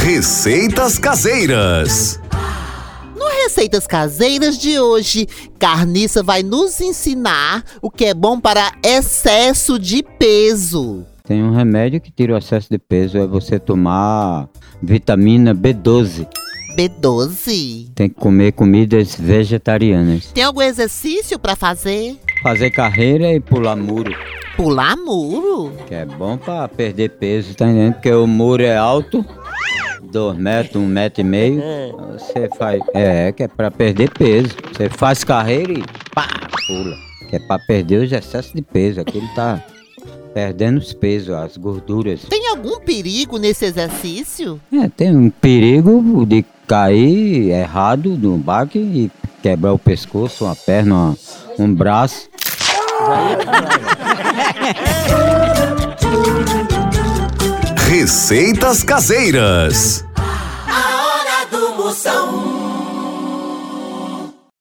Receitas Caseiras. No Receitas Caseiras de hoje, Carniça vai nos ensinar o que é bom para excesso de peso. Tem um remédio que tira o excesso de peso, é você tomar vitamina B12. B12. Tem que comer comidas vegetarianas. Tem algum exercício para fazer? Fazer carreira e pular muro, Pular muro? que é bom pra perder peso, tá entendendo? Porque o muro é alto, dois metros, um metro e meio. Você faz. É, que é pra perder peso. Você faz carreira e pá, pula. Que é pra perder os excessos de peso. Aquilo tá perdendo os pesos, as gorduras. Tem algum perigo nesse exercício? É, tem um perigo de cair errado de um baque e quebrar o pescoço, uma perna, uma- um braço. Receitas Caseiras. hora do Moção.